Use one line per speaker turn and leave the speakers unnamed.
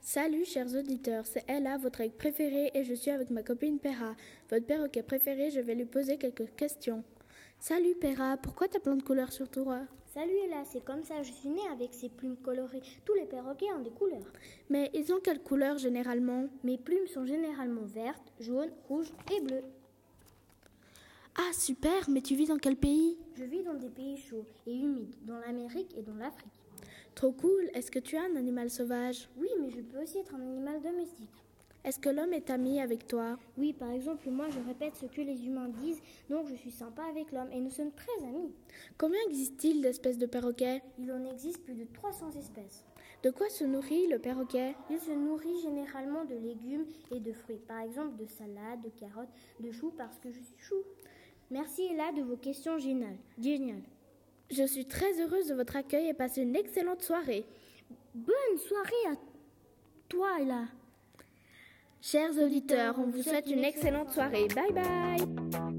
Salut chers auditeurs, c'est Ella, votre aigle préférée et je suis avec ma copine Pera. Votre perroquet préféré, je vais lui poser quelques questions. Salut Pera, pourquoi t'as plein de couleurs sur toi
Salut Ella, c'est comme ça, je suis née avec ces plumes colorées. Tous les perroquets ont des couleurs.
Mais ils ont quelles couleurs généralement
Mes plumes sont généralement vertes, jaunes, rouges et bleues.
Ah super, mais tu vis dans quel pays
Je vis dans des pays chauds et humides, dans l'Amérique et dans l'Afrique.
Trop cool, est-ce que tu as un animal sauvage
Oui, mais je peux aussi être un animal domestique.
Est-ce que l'homme est ami avec toi
Oui, par exemple, moi je répète ce que les humains disent, donc je suis sympa avec l'homme et nous sommes très amis.
Combien existe-t-il d'espèces de perroquets
Il en existe plus de 300 espèces.
De quoi se nourrit le perroquet
Il se nourrit généralement de légumes et de fruits, par exemple de salades, de carottes, de choux parce que je suis chou. Merci Ella de vos questions géniales. Géniales.
Je suis très heureuse de votre accueil et passez une excellente soirée.
Bonne soirée à toi Ella.
Chers auditeurs, on vous souhaite une excellente soirée. Bye bye